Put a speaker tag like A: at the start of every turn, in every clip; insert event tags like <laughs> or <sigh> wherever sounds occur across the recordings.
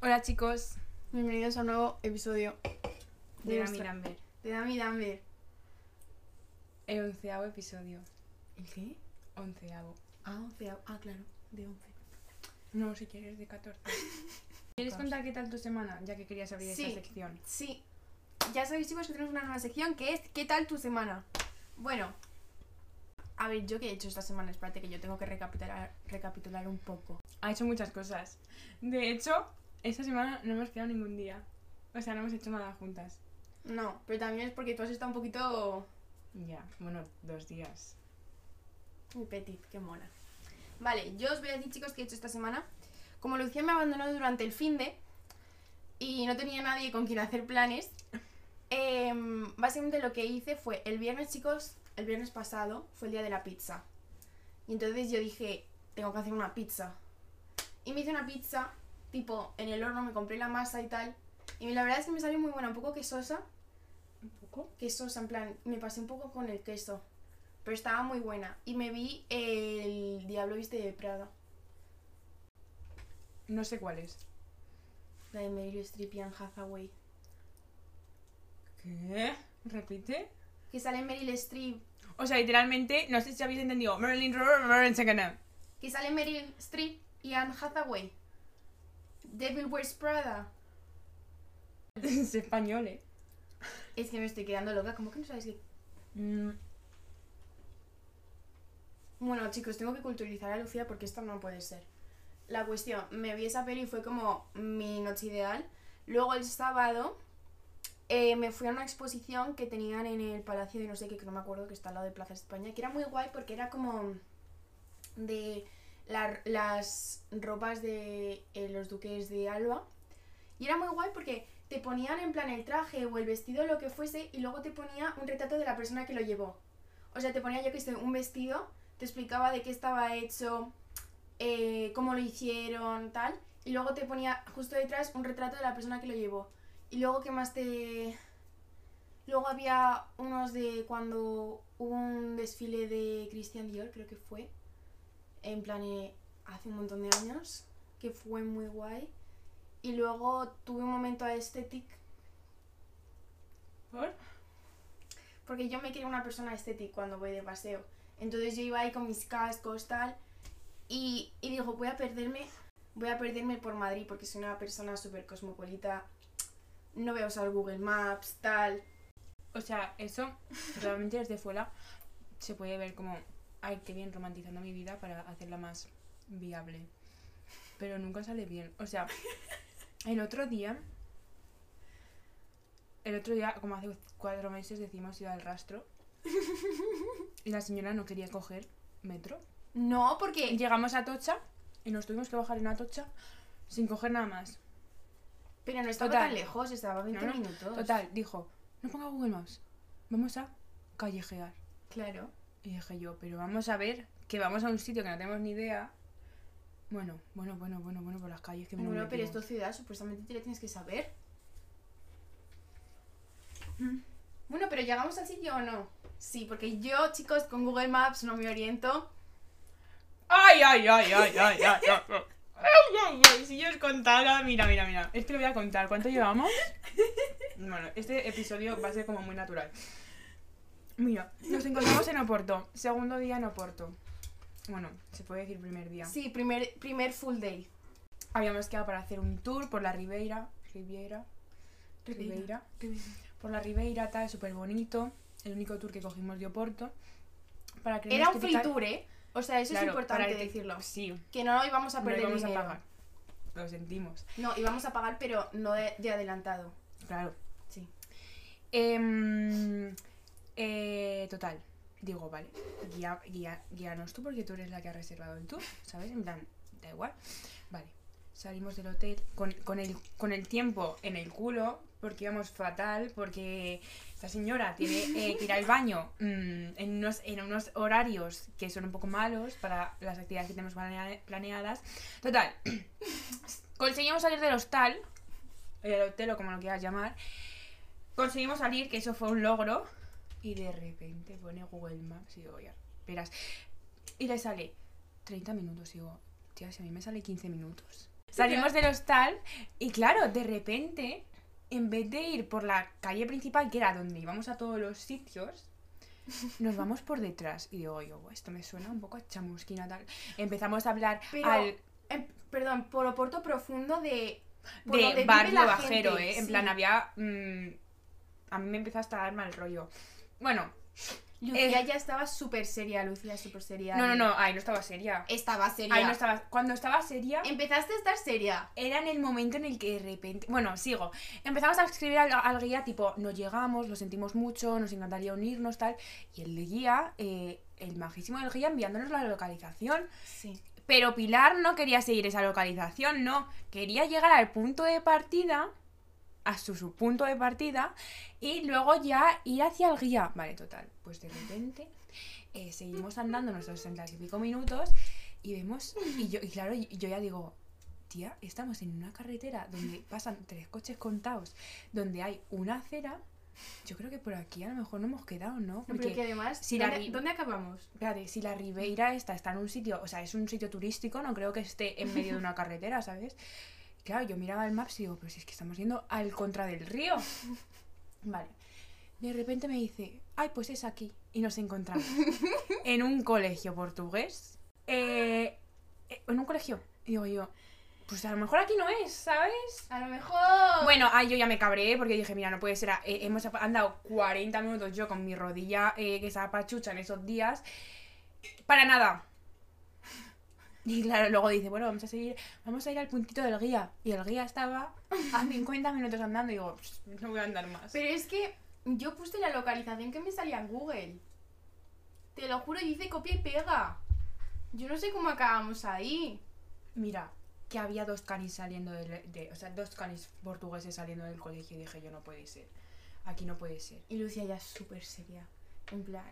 A: Hola chicos,
B: Bienvenidos a un nuevo episodio
A: de Dami
B: nuestra-
A: Lambert,
B: de Dami Danver.
A: el onceavo episodio.
B: ¿El qué?
A: Onceavo.
B: Ah, once. Ah, claro, de once.
A: No, si quieres de catorce. ¿Quieres contar qué tal tu semana? Ya que querías abrir
B: Sí.
A: esta sección.
B: Sí, ya sabéis chicos que tenemos una nueva sección que es ¿Qué tal tu semana? Bueno, a ver, ¿yo qué he hecho esta semana? Espérate que yo tengo que recapitular, recapitular un poco.
A: Ha hecho muchas cosas. De hecho, esta semana no hemos quedado ningún día. O sea, no hemos hecho nada juntas.
B: No, pero también es porque tú has estado un poquito...
A: Ya, bueno, dos días.
B: Muy petit, qué mona. Vale, yo os voy a decir, chicos, que he hecho esta semana. Como Lucía me abandonó durante el fin de y no tenía nadie con quien hacer planes, em, básicamente lo que hice fue el viernes, chicos, el viernes pasado fue el día de la pizza. Y entonces yo dije, tengo que hacer una pizza. Y me hice una pizza, tipo, en el horno me compré la masa y tal. Y la verdad es que me salió muy buena, un poco quesosa,
A: ¿Un poco?
B: quesosa, en plan, me pasé un poco con el queso, pero estaba muy buena. Y me vi el Diablo Viste de Prada,
A: No sé cuál es.
B: la de Meryl Streep y Anne Hathaway.
A: ¿Qué? ¿Repite?
B: Que sale Meryl Streep,
A: O sea, literalmente, no sé si habéis entendido. Marilyn Monroe, Marilyn Second.
B: que sale Meryl Streep y Anne Hathaway. Devil Wears Prada.
A: Es español, eh.
B: Es que me estoy quedando loca, ¿cómo que no sabéis qué?
A: Mm,
B: Bueno, chicos, tengo que culturizar a Lucía porque esto no puede ser. La cuestión, me vi esa peli y fue como mi noche ideal. Luego el sábado eh, me fui a una exposición que tenían en el Palacio de no sé qué, que no me acuerdo, que está al lado de Plaza España, que era muy guay porque era como de la- las ropas de eh, los duques de Alba. Y era muy guay porque te ponían en plan el traje o el vestido, lo que fuese, y luego te ponía un retrato de la persona que lo llevó. O sea, te ponía yo que sé, un vestido, te explicaba de qué estaba hecho, eh, cómo lo hicieron, tal. Y luego te ponía justo detrás un retrato de la persona que lo llevó. Y luego, ¿qué más te...? Luego había unos de cuando hubo un desfile de Christian Dior, creo que fue. En plan, eh, hace un montón de años. Que fue muy guay. Y luego tuve un momento a Aesthetic.
A: ¿Por?
B: Porque yo me creo una persona estética cuando voy de paseo. Entonces yo iba ahí con mis cascos, tal. Y, y digo, voy a perderme. Voy a perderme por Madrid porque soy una persona súper cosmopolita. No voy a usar Google Maps, tal.
A: O sea, eso realmente desde fuera se puede ver como, ay, qué bien romantizando mi vida para hacerla más viable. Pero nunca sale bien. O sea, el otro día, el otro día, como hace cuatro meses, decimos ir al rastro. Y la señora no quería coger metro.
B: No, porque.
A: Llegamos a Tocha y nos tuvimos que bajar en Atocha sin coger nada más.
B: Pero no estaba
A: Total.
B: tan lejos, estaba a 20
A: No, no.
B: minutos.
A: Total, dijo, no ponga Google Maps, vamos a callejear.
B: Claro.
A: Y dije yo, pero vamos a ver que vamos a un sitio que no tenemos ni idea. Bueno, bueno, bueno, bueno, bueno, por las calles que me
B: Bueno, pero esto es ciudad, supuestamente te lo tienes que saber.
A: Mm.
B: Bueno, pero llegamos al sitio o no. Sí, porque yo, chicos, con Google Maps no me oriento.
A: ¡Ay, ay, ay, ay, ay, ay! ay, ay! Ay, ay, ay, Si yo os contara, mira, mira, mira. Es que lo voy a contar. ¿Cuánto llevamos? Bueno, este episodio va a ser como muy natural. Mira, nos encontramos en Oporto. Segundo día en Oporto. Bueno, se puede decir primer día.
B: Sí, primer, primer full day.
A: Habíamos quedado para hacer un tour por la Ribeira. Ribeira. Ribeira. por la Ribeira, tal, súper bonito. El único tour que cogimos de Oporto. Para que
B: Era
A: nos
B: un free
A: quitar-
B: tour, ¿eh? O sea, eso es
A: Claro,
B: importante
A: para que-
B: decirlo.
A: Sí,
B: Que no íbamos a
A: no
B: perder
A: íbamos a
B: dinero.
A: pagar. Lo sentimos,
B: No, íbamos a pagar, pero no de, de adelantado.
A: claro.
B: Sí.
A: Em, eh, total, digo, vale, guía, guía, guíanos tú porque tú eres la que ha reservado el tour, ¿sabes? En plan, da igual. Vale, salimos del hotel con, con el, con el tiempo en el culo porque íbamos fatal, porque esta señora tiene eh, que ir al baño mm, en, unos, en unos horarios que son un poco malos para las actividades que tenemos planea- planeadas. Total, <clears throat> conseguimos salir del hostal, el hotel o como lo quieras llamar, conseguimos salir, que eso fue un logro, y de repente pone Google Maps y digo, ya, verás. Y le sale 30 minutos, y digo, tía, si a mí me sale 15 minutos. Salimos del hostal y claro, de repente, en vez de ir por la calle principal, que era donde íbamos a todos los sitios, nos vamos por detrás. Y digo, yo, "Buah, esto me suena un poco a chamusquina tal. Empezamos a hablar
B: Pero-
A: al
B: Em, perdón, por Oporto profundo de. por donde
A: de
B: vive
A: barrio
B: la
A: bajero,
B: gente,
A: ¿eh? En
B: sí.
A: plan, había... mm, a mí me empezó hasta a dar mal rollo. Bueno,
B: Lucía ya estaba súper seria, Lucía, súper seria.
A: Eh. no, no, no, ahí no estaba seria.
B: Estaba seria. Em-
A: Ahí no estaba... Cuando estaba seria...
B: Empezaste a estar seria.
A: Era en el momento en el que de repente. Bueno, sigo. Empezamos a escribir al, al guía, tipo, no llegamos, lo sentimos mucho, nos encantaría unirnos, tal. Y el guía, eh, el majísimo del guía, enviándonos la localización.
B: Sí.
A: Pero Pilar no quería seguir esa localización, no. Quería llegar al punto de partida, a su, su punto de partida, y luego ya ir hacia el guía. Vale, total. Pues de repente eh, seguimos andando nuestros 60 y pico minutos y vemos. Y yo, y claro, y- yo ya digo. Tía, estamos en una carretera donde pasan tres coches contados, donde hay una acera. Yo creo que por aquí a lo mejor no hemos quedado, ¿no?
B: No, pero que además,
A: si la
B: ¿dónde,
A: vi-
B: dónde acabamos?
A: Espérate, si la Ribeira esta está en un sitio, o sea, es un sitio turístico, no creo que esté en medio de una carretera, ¿sabes? Claro, yo miraba el maps y digo, pero si es que estamos yendo al contra del río. Vale. De repente me dice, ay, pues es aquí. Y nos encontramos en un colegio portugués. Eh, eh, en un colegio. Y digo yo, pues a lo mejor aquí no es, ¿sabes?
B: A lo mejor.
A: Bueno, ay, yo ya me cabreé porque dije, mira, no puede ser. eh, hemos andado 40 minutos yo con mi rodilla eh, que estaba pachucha en esos días. Para nada. <laughs> Y claro, luego dice, bueno, vamos a seguir, vamos a ir al puntito del guía. Y el guía estaba a 50 minutos andando y digo, "Pss, no voy a andar más.
B: Pero es que yo puse la localización que me salía en Google. Te lo juro, yo hice copia y pega. Yo no sé cómo acabamos ahí.
A: Mira, que había dos canis saliendo del, de, o sea, dos canis portugueses saliendo del colegio y dije, yo no puede ser. Aquí no puede ser.
B: Y Lucía ya súper seria. En plan,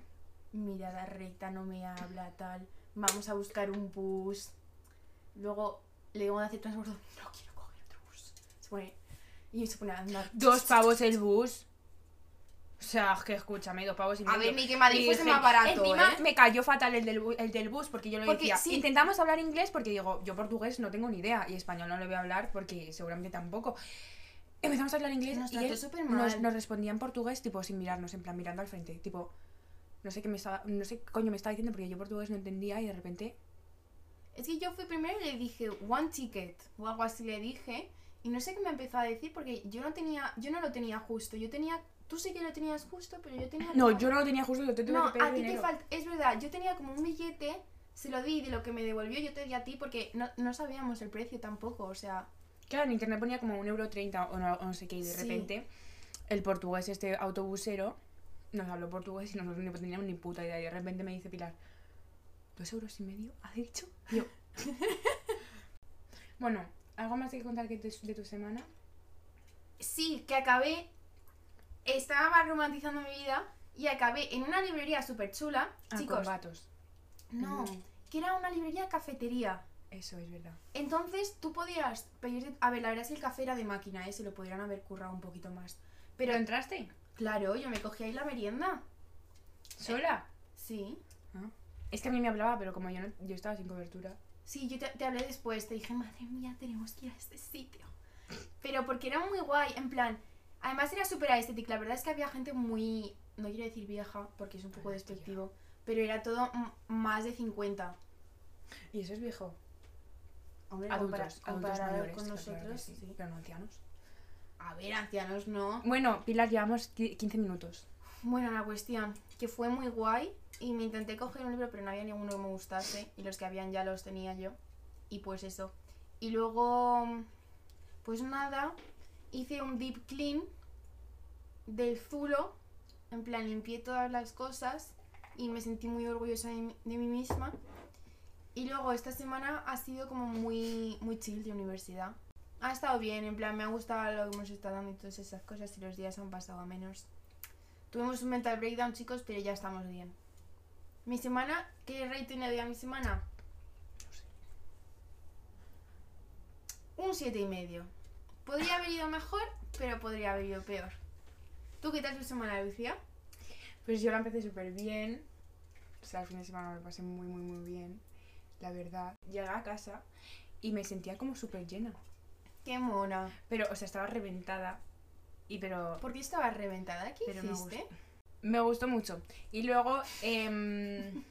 B: mirada recta, no me habla, tal. Vamos a buscar un bus. Luego le digo a hacer transbordo, no quiero coger otro bus. Se pone, y se pone a andar.
A: Dos pavos el bus. O sea, es que escúchame, dos pavos y medio.
B: ni que
A: Y dije,
B: ¿eh?
A: Encima me cayó fatal el del, bu- el del bus porque yo le
B: Porque
A: decía,
B: sí.
A: intentamos hablar inglés porque digo, yo portugués no tengo ni idea y español no le voy a hablar porque seguramente tampoco. Empezamos a hablar inglés
B: Nos
A: y
B: trató
A: él
B: súper
A: nos,
B: mal.
A: nos respondía en portugués tipo sin mirarnos, en plan mirando al frente, tipo no sé qué me estaba, no sé qué coño me estaba diciendo porque yo portugués no entendía y de repente
B: Es que yo fui primero y le dije one ticket o algo así le dije y no sé qué me empezó a decir porque yo no tenía yo no lo tenía justo, yo tenía tú sí que lo tenías justo, pero yo tenía
A: no,
B: como-
A: yo no lo tenía justo, yo te tuve
B: No,
A: que pedir
B: a ti te
A: dinero.
B: falta es verdad, yo tenía como un billete, se lo di y de lo que me devolvió yo te di a ti porque no, no sabíamos el precio tampoco, o sea,
A: Claro, en internet ponía como un euro treinta o no, o no sé qué, y de
B: Sí.
A: repente el portugués, este autobusero, nos habló portugués y nosotros ni pues, teníamos ni puta idea. Y de repente me dice Pilar, ¿dos euros y medio? ¿Has dicho? Y yo. <laughs> bueno, ¿algo más que contar que te- de tu semana?
B: sí, que acabé estaba más romantizando mi vida y acabé en una librería súper chula,
A: Ah, con
B: chicos.
A: gatos.
B: No,
A: Mm.
B: que era una librería cafetería.
A: Eso es verdad.
B: Entonces tú podías pedir... A ver, la verdad es que el café era de máquina, ¿eh? Se lo podrían haber currado un poquito más.
A: ¿Pero
B: Pero eh,
A: entraste?
B: claro, yo me cogí ahí la merienda.
A: ¿Sola?
B: Sí.
A: Es que a mí me hablaba, pero como yo, no, yo estaba sin cobertura.
B: Sí, yo te, te hablé después, te dije, madre mía, tenemos que ir a este sitio. Pero porque era muy guay, en plan... Además era súper estética, la verdad es que había gente muy... No quiero decir vieja, porque es un poco
A: Hola,
B: despectivo. Pero era todo mm, más de 50.
A: Y eso es viejo.
B: Hombre,
A: Adultos,
B: compara-
A: adultos
B: comparado
A: mayores.
B: con
A: claro que
B: nosotros,
A: sí,
B: sí.
A: Pero no ancianos.
B: A ver, ancianos no.
A: Bueno, Pilar, llevamos qui- 15 minutos.
B: Bueno, la cuestión, que fue muy guay y me intenté coger un libro, pero no había ninguno que me gustase y los que habían ya los tenía yo. Y pues eso. Y luego, pues nada, hice un deep clean del Zulo, en plan limpié todas las cosas y me sentí muy orgullosa de, mí- de mí misma. Y luego esta semana ha sido como muy, muy chill de universidad. Ha estado bien, en plan me ha gustado lo que hemos estado dando y todas esas cosas y los días han pasado a menos. Tuvimos un mental breakdown, chicos, pero ya estamos bien. Mi semana, ¿qué rating le doy a mi semana? Un siete y medio. Podría haber ido mejor, pero podría haber ido peor. ¿Tú qué tal tu semana, Lucía?
A: Pues yo la empecé súper bien. O sea, el fin de semana me lo pasé muy, muy, muy bien. La verdad. Llegué a casa y me sentía como súper llena.
B: Qué mona.
A: Pero, o sea, estaba reventada. Y pero
B: ¿Por qué estaba reventada? ¿Qué
A: Pero me
B: hiciste?
A: me gustó mucho. Y luego, em,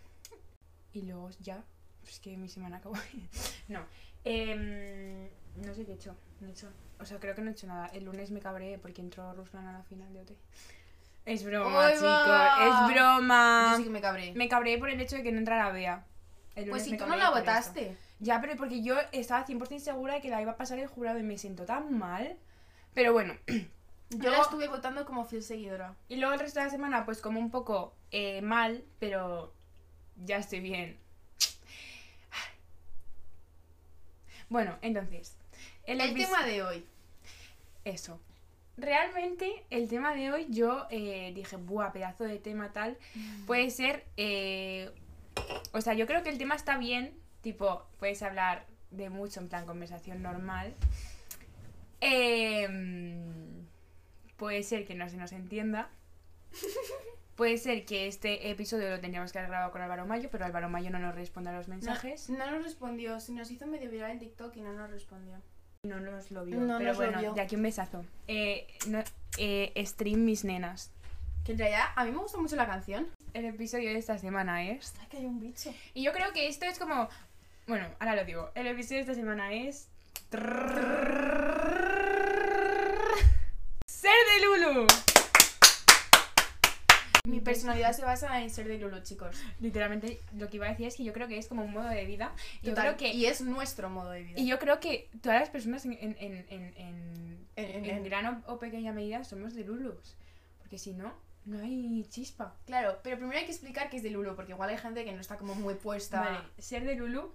A: y luego ya, es que mi semana acabó. <laughs> no, em, no sé qué he hecho, no he hecho, o sea, creo que no he hecho nada. El lunes me cabré porque entró Ruslan a la final de OT. Es broma,
B: ¡Ay,
A: chicos,
B: va!
A: es broma.
B: Yo sí que me cabré.
A: Me cabré por el hecho de que no entrara Bea. El lunes
B: Pues si
A: me
B: tú no
A: cabré
B: la
A: por eso.
B: votaste.
A: Ya, pero porque yo estaba 100% segura de que la iba a pasar el jurado y me sentó tan mal. Pero bueno,
B: Yo
A: Yo-
B: la estuve votando como fiel seguidora.
A: Y luego el resto de la semana, pues como un poco eh, mal, pero ya estoy bien. Bueno, entonces,
B: El,
A: Elvis-
B: tema de hoy.
A: Eso. Realmente, el tema de hoy yo eh, dije, buah, pedazo de tema tal. Puede ser. eh, o sea, yo creo que el tema está bien. Tipo, puedes hablar de mucho en plan conversación normal. Em, puede ser que no se nos <laughs> entienda. Puede ser que este episodio lo teníamos que haber grabado con Álvaro Mayo, pero Álvaro Mayo no nos responde a los
B: No,
A: mensajes.
B: no nos respondió. Se nos hizo medio viral en TikTok y no nos respondió.
A: No, nos lo vio.
B: No
A: pero
B: nos lo
A: bueno,
B: vio.
A: de aquí un besazo. Eh, no- eh, stream mis nenas.
B: Que en realidad a mí me gusta mucho la canción.
A: El episodio de esta semana es.
B: Ay, que hay un bicho.
A: Y yo creo que esto es como. Bueno, ahora lo digo. El episodio de esta semana es. ¡Ser de Lulu!
B: Mi personalidad se basa en ser de Lulu, chicos.
A: Literalmente, lo que iba a decir es que yo creo que es como un modo de vida. Y Yo
B: Total,
A: creo que,
B: Y es nuestro modo de vida.
A: y yo creo que todas las personas en, en, en, en- en-
B: En- en-
A: en
B: en-
A: gran o, o pequeña medida somos de Lulus. Porque si no, no hay chispa.
B: Claro, pero primero hay que explicar que es de Lulu, porque igual hay gente que no está como muy puesta.
A: Vale, ser de Lulu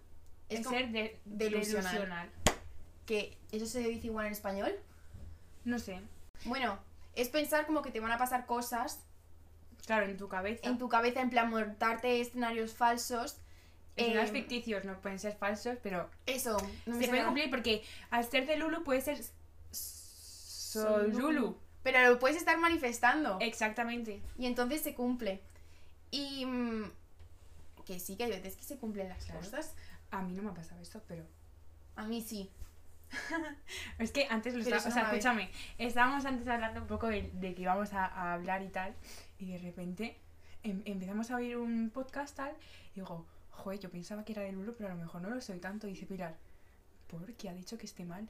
B: Es
A: es,
B: como
A: ser de,
B: delusional.
A: delusional.
B: Que eso se dice igual en español.
A: No sé.
B: Bueno, es pensar como que te van a pasar cosas
A: Claro, en tu cabeza.
B: en tu cabeza, en plan montarte escenarios falsos.
A: Escenarios
B: Em,
A: ficticios, no pueden ser falsos, pero
B: Eso,
A: se
B: no me sale
A: pueden
B: nada.
A: cumplir porque al ser de Lulu puede ser Sol Lulu.
B: Pero lo puedes estar manifestando.
A: Eh. Exactamente.
B: Y entonces se cumple. Y. mm, que sí, que hay veces que se cumplen las
A: Claro.
B: cosas.
A: A mí no me ha pasado esto, pero.
B: A mí sí.
A: Es que antes lo
B: Pero
A: estaba-
B: eso
A: O sea,
B: no me-
A: escúchame. Estábamos antes hablando un poco de, de que íbamos a, a hablar y tal. Y de repente em- empezamos a oír un podcast tal. Y digo, joder, yo pensaba que era de Lulu, pero a lo mejor no lo soy tanto. Y dice Pilar, ¿por qué ha dicho que esté mal?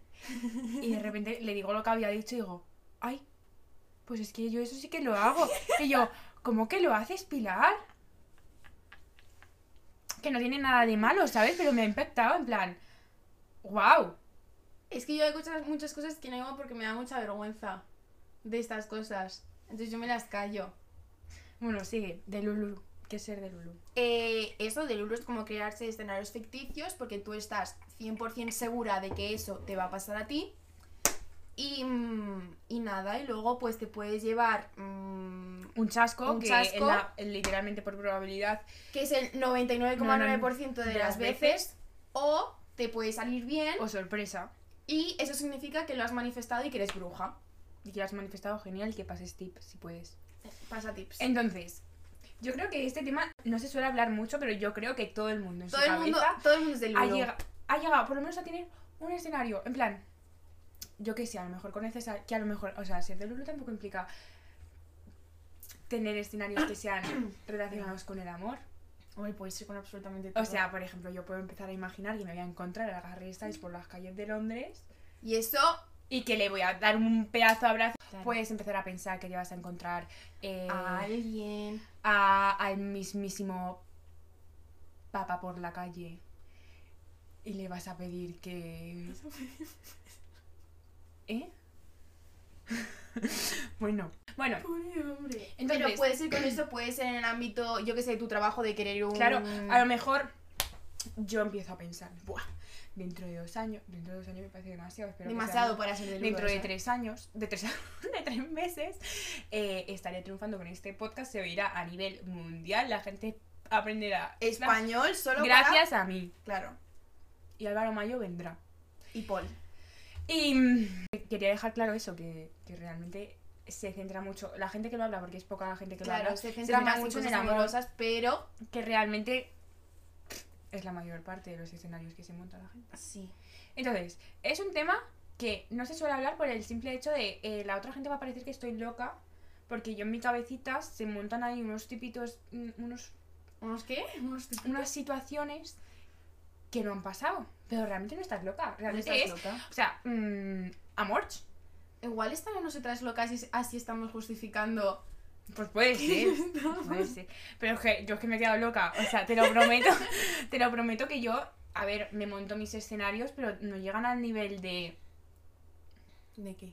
A: Y de repente le digo lo que había dicho y digo, ay, pues es que yo eso sí que lo hago. Y yo, ¿cómo que lo haces, Pilar? Que no tiene nada de malo, ¿sabes? Pero me ha impactado en plan, wow.
B: Es que yo hay muchas, muchas cosas que no digo porque me da mucha vergüenza de estas cosas. Entonces yo me las callo.
A: Bueno, sigue, de Lulu. ¿Qué es ser de Lulu?
B: Eh, eso de Lulu es como crearse escenarios ficticios porque tú estás 100% segura de que eso te va a pasar a ti. Y, mm, y nada, y luego pues te puedes llevar, mm,
A: Un chasco,
B: Un
A: que
B: chasco.
A: en la- en literalmente por probabilidad.
B: que es el 99,9% de,
A: de
B: las
A: las
B: veces, o te puede salir bien
A: O sorpresa.
B: y eso significa que lo has manifestado y que eres bruja.
A: Y que has manifestado genial, que pases tip si puedes.
B: Pasa tips.
A: Entonces, yo creo que este tema no se suele hablar mucho, pero yo creo que todo el mundo en
B: todo,
A: su
B: el mundo,
A: cabeza
B: todo el mundo es de
A: ha,
B: Lulu.
A: llega- ha llegado por lo menos a tener un escenario. En plan, yo que sé, a lo mejor conoces a, que a lo mejor, o sea, ser de Lulu tampoco implica tener escenarios que
B: <coughs>
A: sean relacionados con el amor.
B: Hombre, puede ser con absolutamente todo.
A: O sea, por ejemplo, yo puedo empezar a imaginar que me voy a encontrar a Harry Styles por las calles de Londres
B: y eso...
A: y que le voy a dar un pedazo de abrazo.
B: Pues
A: Puedes empezar a pensar que te vas a encontrar eh,
B: a alguien...
A: a- al mismísimo papa por la calle y le vas a pedir que... ¿Eh? <laughs> bueno, bueno, entonces,
B: Pero puede ser con esto, puede ser en el ámbito, yo que sé, de tu trabajo de querer un...
A: claro, a lo mejor yo empiezo a pensar, Buah, dentro de dos años, dentro de dos años me parece demasiado, espero que sea
B: demasiado
A: menos".
B: para ser de Lourdes,
A: Dentro de
B: ¿eh?
A: tres años, de tres, <laughs> de tres meses, eh, estaré triunfando con este podcast. Se oirá a nivel mundial. La gente aprenderá
B: Español solo
A: Gracias a mí.
B: para- Claro.
A: Y Álvaro Mayo vendrá.
B: Y Paul.
A: Y mm, quería dejar claro eso, que, que realmente se centra mucho. La gente que lo habla, porque es poca la gente que lo
B: Claro,
A: habla,
B: se pues, centra más en
A: mucho en
B: cosas
A: el amor,
B: amorosas, pero...
A: que realmente es la mayor parte de los escenarios que se monta la gente.
B: Sí.
A: Entonces, es un tema que no se suele hablar por el simple hecho de eh, la otra gente va a parecer que estoy loca, porque yo en mi cabecita se montan ahí unos tipitos, mm, unos,
B: ¿Unos qué? ¿Unos tipos?
A: unas situaciones que no han pasado. Pero realmente no estás loca.
B: ¿No
A: Realmente
B: estás
A: es,
B: loca?
A: o sea, mm, amor.
B: Igual están nosotras locas y así estamos justificando.
A: Pues
B: <laughs>
A: puede ser. puede ser. Pero es que yo es que me he quedado loca. O sea, te lo prometo. <laughs> te lo prometo que yo, a ver, me monto mis escenarios, pero no llegan al nivel de.
B: ¿De qué?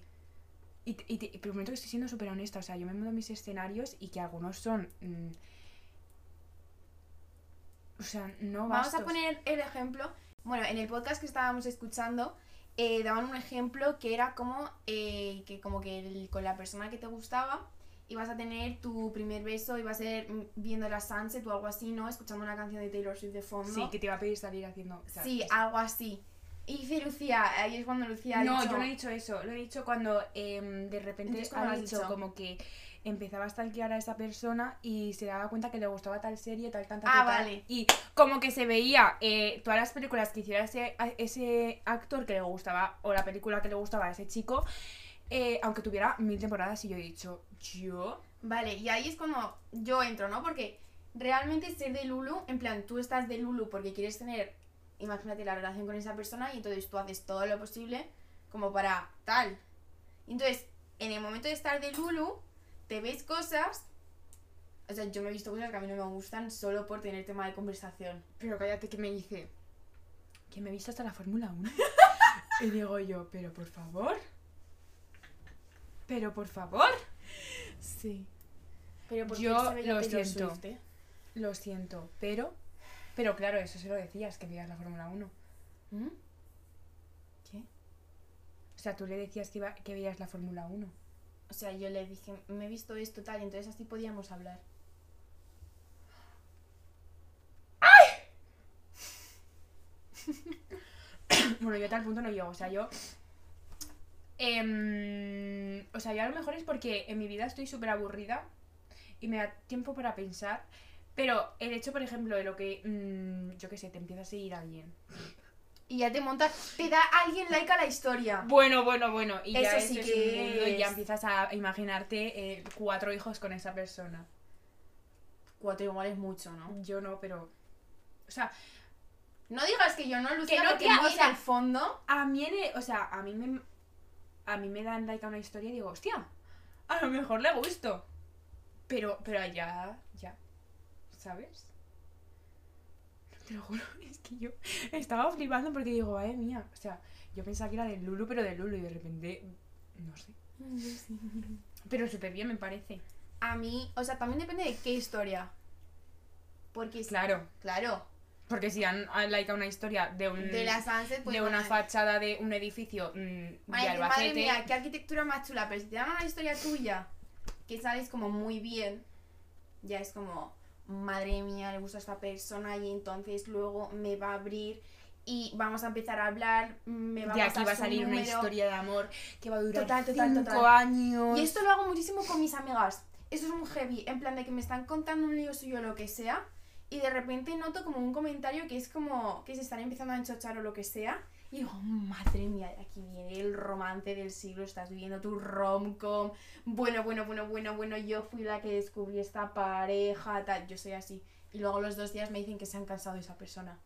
A: Y te, y te- y prometo que estoy siendo súper honesta. O sea, yo me monto mis escenarios y que algunos son. mm, o sea, no
B: Vamos a
A: vastos.
B: poner el ejemplo. Bueno, en el podcast que estábamos escuchando eh, daban un ejemplo que era como eh, que como que el- con la persona que te gustaba ibas a tener tu primer beso, iba a ser mm, viendo la sunset o algo así, ¿no? Escuchando una canción de Taylor Swift de fondo.
A: Sí, que te va a pedir salir haciendo. o sea,
B: Sí,
A: eso.
B: algo así. Y dice Lucía, ahí es cuando Lucía ha
A: No,
B: dicho,
A: yo no he dicho eso. Lo he dicho cuando em, de repente
B: Entonces, ¿cómo lo
A: ha
B: has
A: dicho
B: dicho?
A: como que empezaba a stalkear a esa persona y se daba cuenta que le gustaba tal serie, tal, tanta. tal,
B: Ah,
A: tal.
B: vale.
A: Y como que se veía eh, todas las películas que hiciera ese, a- ese actor que le gustaba o la película que le gustaba a ese chico, eh, aunque tuviera mil temporadas. Y yo he dicho, yo.
B: Vale, y ahí es cuando yo entro, ¿no? Porque realmente ser de Lulu, en plan, tú estás de Lulu porque quieres tener, imagínate, la relación con esa persona y entonces tú haces todo lo posible como para tal. Y Entonces, en el momento de estar de Lulu, te ves cosas... O sea, yo me he visto cosas que a mí no me gustan solo por tener tema de conversación.
A: Pero cállate que me dice que me he visto hasta la Fórmula
B: <laughs>
A: 1. y digo yo, pero por favor. Pero por favor.
B: Sí. Pero porque
A: Yo
B: él se veía
A: lo
B: Taylor
A: siento.
B: Swift, ¿eh?
A: Lo siento, pero. Pero claro, eso se lo decías, que veías la Fórmula 1. O
B: ¿Mm? ¿Qué?
A: sea, tú le decías que, iba- que veías la Fórmula 1.
B: O sea, yo le dije, me he visto esto tal, y entonces así podíamos hablar.
A: <clears throat> Bueno, yo a tal punto no llego. O sea, yo. em, o sea, yo a lo mejor es porque en mi vida estoy súper aburrida y me da tiempo para pensar. Pero el hecho, por ejemplo, de lo que. mm, yo qué sé, te empieza a seguir alguien.
B: Y ya te montas, te da alguien like a la historia.
A: Bueno, bueno, bueno. Y ya
B: Eso sí
A: es
B: que
A: un mundo y ya
B: es.
A: empiezas a imaginarte eh, cuatro hijos con esa persona.
B: Cuatro igual es mucho, ¿no?
A: Yo no, pero. O sea,
B: No digas que yo no, Lucía,
A: Que no,
B: porque
A: tía,
B: muy
A: o sea-
B: al fondo.
A: A mí, en el- o sea, a mí me, a mí me dan like a una historia y digo, hostia, a lo mejor le gusto. Pero, pero ya, ya, ¿sabes? Te lo juro, <laughs> es que yo estaba flipando porque digo, madre mía, o sea, yo pensaba que era de Lulu, pero de Lulu y de repente, no sé. Pero súper bien, me parece.
B: A mí, o sea, también depende de qué historia. Porque, claro,
A: Claro,
B: claro
A: porque si dan a like a una historia de un...
B: de la Sunset, pues
A: Mm, de una
B: bueno,
A: fachada de un edificio mm,
B: madre,
A: de
B: dices, madre
A: Albacete.
B: mía, qué arquitectura más chula. Pero si te dan una historia tuya, que sales como muy bien, ya es como, madre mía, le gusta a esta persona y entonces luego me va a abrir y vamos a empezar a hablar, me va
A: De
B: a
A: aquí
B: pasar
A: va a
B: su
A: salir una
B: número.
A: historia de amor que va a durar
B: Total, total,
A: cinco
B: total.
A: años.
B: Y esto lo hago muchísimo con mis amigas. Esto es muy heavy. En plan de que me están contando un lío suyo o lo que sea. Y de repente noto como un comentario que es como que se están empezando a enchochar o lo que sea. Y digo, madre mía, aquí viene el romance del siglo. Estás viviendo tu romcom. Bueno, bueno, bueno, bueno, bueno. Yo fui la que descubrí esta pareja, tal. Yo soy así. Y luego los dos días me dicen que se han cansado de esa persona.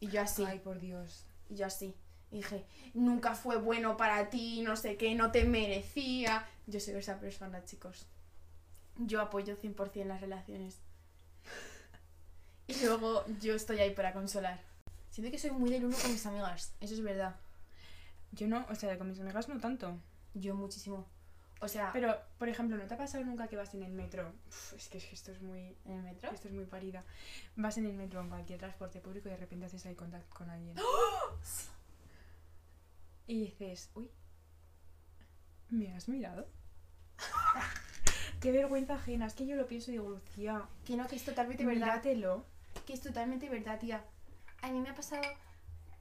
B: Y yo así.
A: Ay, por Dios.
B: Y yo así. Y dije, nunca fue bueno para ti, no sé qué, no te merecía. Yo soy esa persona, chicos. Yo apoyo 100% las relaciones. Y luego yo estoy ahí para consolar. Siento que soy muy del uno con mis amigas, eso es verdad.
A: Yo no, o sea, con mis amigas no tanto.
B: Yo muchísimo. O sea,
A: Pero, por ejemplo, ¿no te ha pasado nunca que vas en el metro? Uf, es que es que esto es muy.
B: en el metro.
A: Esto es muy parida. Vas en el metro o en cualquier transporte público y de repente haces ahí contacto con
B: <gasps>
A: alguien. Y dices, uy, ¿me has mirado?
B: <laughs>
A: Qué vergüenza ajena. Es que yo lo pienso y digo, Lucía,
B: Que no, que es totalmente verdad.
A: míratelo.
B: Que es totalmente verdad, tía. A mí me ha pasado.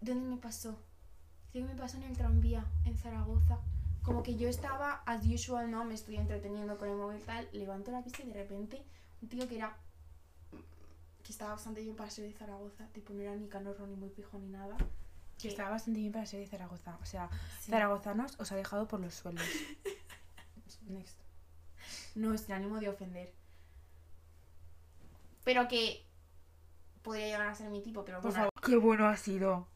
B: ¿Dónde me pasó? Creo que me pasó en el tranvía, en Zaragoza. Como que yo estaba, as usual, ¿no? Me estoy entreteniendo con el móvil tal. Levanto la vista y de repente un tío que era. que estaba bastante bien para ser de Zaragoza, tipo no era ni canorro, ni muy pijo, ni nada.
A: que
B: Sí.
A: está bastante bien para ser de Zaragoza. O sea,
B: Sí.
A: zaragozanos os ha dejado por los
B: <laughs>
A: suelos. Next.
B: No, es sin ánimo de ofender. Pero que podría llegar a ser mi tipo, pero
A: Por
B: bueno,
A: favor. Qué bueno ha sido.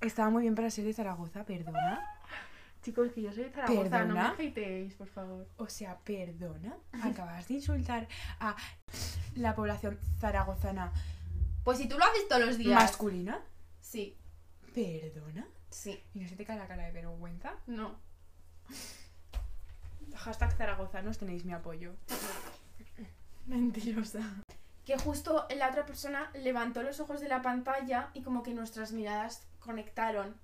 A: Estaba muy bien para ser de Zaragoza, perdona.
B: Chicos, que yo soy de
A: ¿Perdona?
B: hateéis, por favor.
A: O sea,
B: <laughs>
A: perdona. Acabas de insultar a la población zaragozana
B: Pues si tú lo haces todos los días.
A: masculina.
B: Sí,
A: Perdona.
B: sí,
A: Y no se te cae la cara de vergüenza.
B: no. <laughs>
A: Hashtag zaragozanos tenéis mi apoyo. Mentirosa.
B: Que justo la otra persona levantó los ojos de la pantalla y como que nuestras miradas conectaron.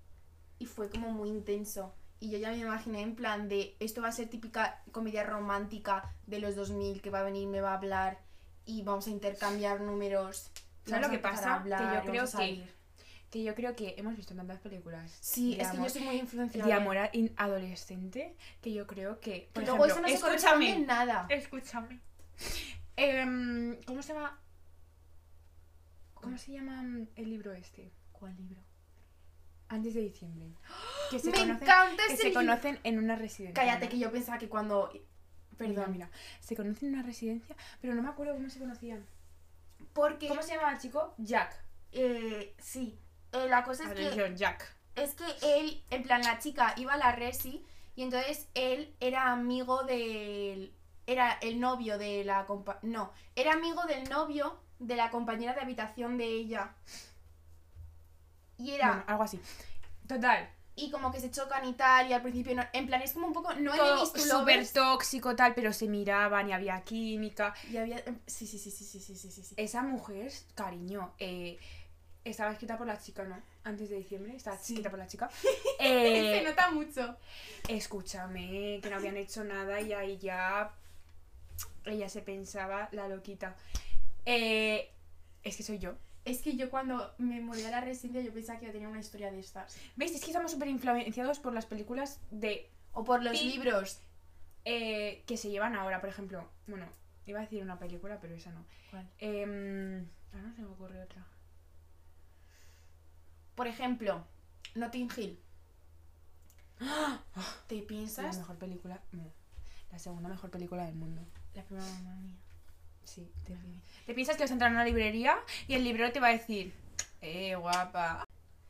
B: Y fue como muy intenso. Y yo ya me imaginé en plan de, esto va a ser típica comedia romántica de los 2000 que va a venir, me va a hablar y vamos a intercambiar números.
A: ¿Sabes
B: y vamos
A: lo
B: a
A: que
B: empezar a
A: pasa? Que
B: hablar,
A: yo
B: y vamos
A: creo
B: a
A: que-
B: salir.
A: Que yo creo que hemos visto tantas películas.
B: Sí,
A: de
B: es que yo
A: amor-
B: soy muy influenciada.
A: de amor a- in- adolescente que yo creo que. Por
B: luego eso
A: ejemplo,
B: no se corresponde
A: escúchame.
B: en nada.
A: Escúchame. Em, ¿Cómo se llama? ¿Cómo se llama mm, el libro este?
B: ¿Cuál libro? ¡Ah!
A: Antes de diciembre. Que se
B: me
A: conocen,
B: encanta
A: que
B: ese
A: se
B: libro.
A: conocen en una residencia.
B: Cállate,
A: ¿no?
B: que yo pensaba que cuando...
A: Mira,
B: Perdón.
A: mira. Se conocen en una residencia, pero no me acuerdo cómo se conocían.
B: Porque...
A: ¿Cómo se llamaba el chico? Jack.
B: Eh, sí. Eh, la cosa es que,
A: Atención, Jack.
B: es que él, en plan, la chica iba a la resi y entonces él era amigo del... Era el novio de la... compa- No, era amigo del novio de la compañera de habitación de ella. Y era...
A: Bueno, algo así. Total.
B: Y como que se chocan y tal, y al principio... no- en plan, es como un poco... No
A: Todo
B: enemies to
A: súper
B: lovers.
A: tóxico, tal, pero se miraban y había química.
B: Y había... em, Sí, sí, sí, sí, sí, sí, sí, sí, sí.
A: Esa mujer, cariño, eh, estaba escrita por la chica, ¿no? Antes de diciembre, estaba
B: Sí.
A: escrita por la <laughs> chica. Eh,
B: Se nota mucho.
A: Escúchame, que no habían hecho nada y ahí ya. Ella se pensaba la loquita. Eh, es que soy yo.
B: Es que yo cuando me mudé a la residencia yo pensaba que yo tenía una historia de estas.
A: ¿Veis? Es que estamos súper influenciados por las películas de
B: O por los
A: Sí.
B: libros.
A: eh, que se llevan ahora. Por ejemplo, bueno, iba a decir una película, pero esa no.
B: ¿Cuál?
A: Em, ahora no se me ocurre otra.
B: Por ejemplo, Notting <gasps> Hill. ¿Te
A: La
B: piensas?
A: mejor película. no, la segunda mejor película del mundo.
B: La primera mamá mía.
A: Sí, te, te piensas que vas a entrar a una librería y el librero te va a decir, ¡eh, guapa!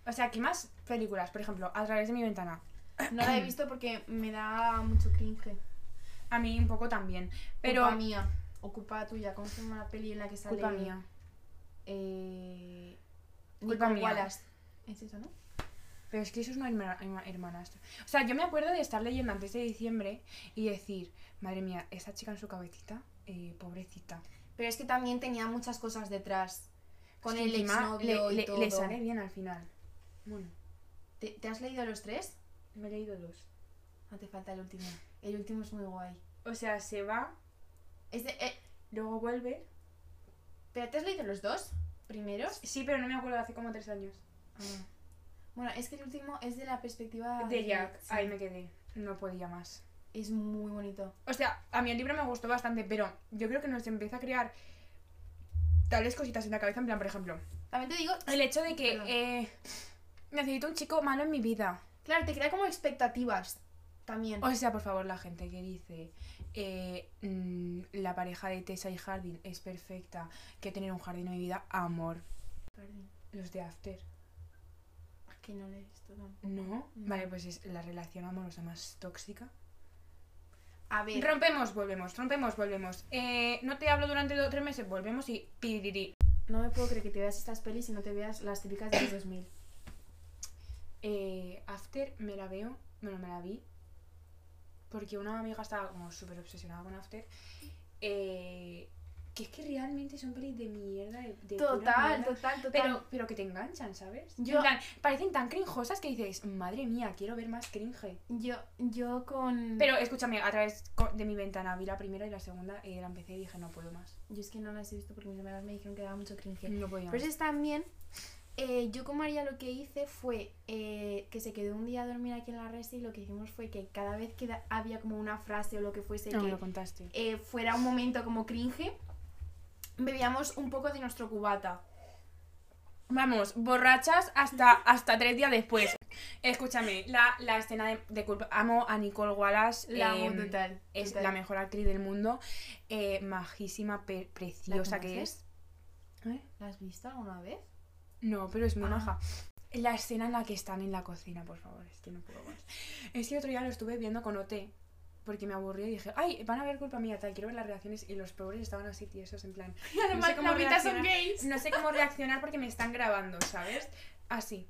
A: O sea, ¿qué más películas? Por ejemplo, A través de mi ventana.
B: No la he visto porque me da mucho cringe.
A: A mí un poco también. Pero.
B: Culpa mía. O culpa tuya. ¿Cómo se llama la peli en la que sale?
A: Culpa mía.
B: Eh,
A: Culpa
B: Nicole
A: mía.
B: Wallace. ¿Es eso, no?
A: Pero es que eso es una herma- herma- hermanastra. O sea, yo me acuerdo de estar leyendo antes de diciembre y decir, madre mía, esa chica en su cabecita, eh, pobrecita.
B: Pero es que también tenía muchas cosas detrás. Con
A: Es que
B: el
A: encima
B: exnovio
A: le,
B: y
A: le-
B: todo.
A: le sale bien al final. Bueno,
B: ¿Te, ¿Te has leído los tres?
A: me he leído dos.
B: No te falta el último. El último es muy guay.
A: O sea, se va,
B: Es de- eh,
A: luego vuelve.
B: ¿Pero te has leído los dos primeros? Ah.
A: Sí, pero no me acuerdo, hace como tres años.
B: Bueno, es que el último es de la perspectiva
A: De Jack,
B: Ah, sí.
A: ahí me quedé. No podía más.
B: Es muy bonito.
A: O sea, a mí el libro me gustó bastante, pero yo creo que nos empieza a crear tales cositas en la cabeza. En plan, por ejemplo,
B: También te digo,
A: el hecho de que
B: Perdón.
A: eh, necesito un chico malo en mi vida.
B: claro, te crea como expectativas también.
A: O sea, por favor, la gente que dice eh, mm, la pareja de Tessa y Hardin es perfecta, que tener un jardín en mi vida, amor.
B: Perdón,
A: Los de After.
B: es que no lo he visto tampoco.
A: No.
B: No.
A: Vale, pues es la relación amorosa más tóxica.
B: A ver,
A: Rompemos, volvemos, rompemos, volvemos. Eh, no te hablo durante dos, tres meses, volvemos y piriri.
B: no me puedo creer que te veas estas pelis y no te veas las típicas de
A: <clears throat>
B: los 2000.
A: Eh, After me la veo, bueno, me la vi, porque una amiga estaba como súper obsesionada con After. eh, que es que realmente son pelis de mierda, de, de pura
B: Total,
A: mierda,
B: total, total.
A: Pero, pero que te enganchan, ¿sabes? En
B: Yo-
A: plan, parecen tan crinjosas que dices, madre mía, quiero ver más cringe.
B: yo, yo con...
A: Pero escúchame, a través co- de mi ventana vi la primera y la segunda, eh, la empecé y dije, no puedo más.
B: Yo es que no las he visto porque mis hermanas me dijeron que daba mucho cringe.
A: No podía
B: Pero
A: más.
B: es Pues también, eh, yo con María lo que hice fue eh, que se quedó un día a dormir aquí en la resi y lo que hicimos fue que cada vez que da- había como una frase o lo que fuese
A: No me
B: que
A: lo contaste.
B: eh, fuera un momento como cringe, bebíamos un poco de nuestro cubata.
A: Vamos, borrachas hasta, hasta tres días después. Escúchame, la, la escena de, de culpa. Amo a Nicole Wallace.
B: La
A: em,
B: amo total,
A: Es
B: total.
A: la mejor actriz del mundo. eh, majísima, pe- preciosa que es.
B: conoces?
A: ¿Eh?
B: ¿La has visto alguna
A: <laughs>
B: vez?
A: No, pero es muy
B: Ah.
A: maja. La escena en la que están en la cocina, por favor, es que no puedo más. Es que el otro día lo estuve viendo con OT, porque me aburrió y dije, ay, van a ver culpa mía, tal, quiero ver las reacciones. Y los pobres estaban así tiesos, en plan, además, la mitad son
B: gays.
A: no sé cómo reaccionar porque me están grabando, ¿sabes? Así.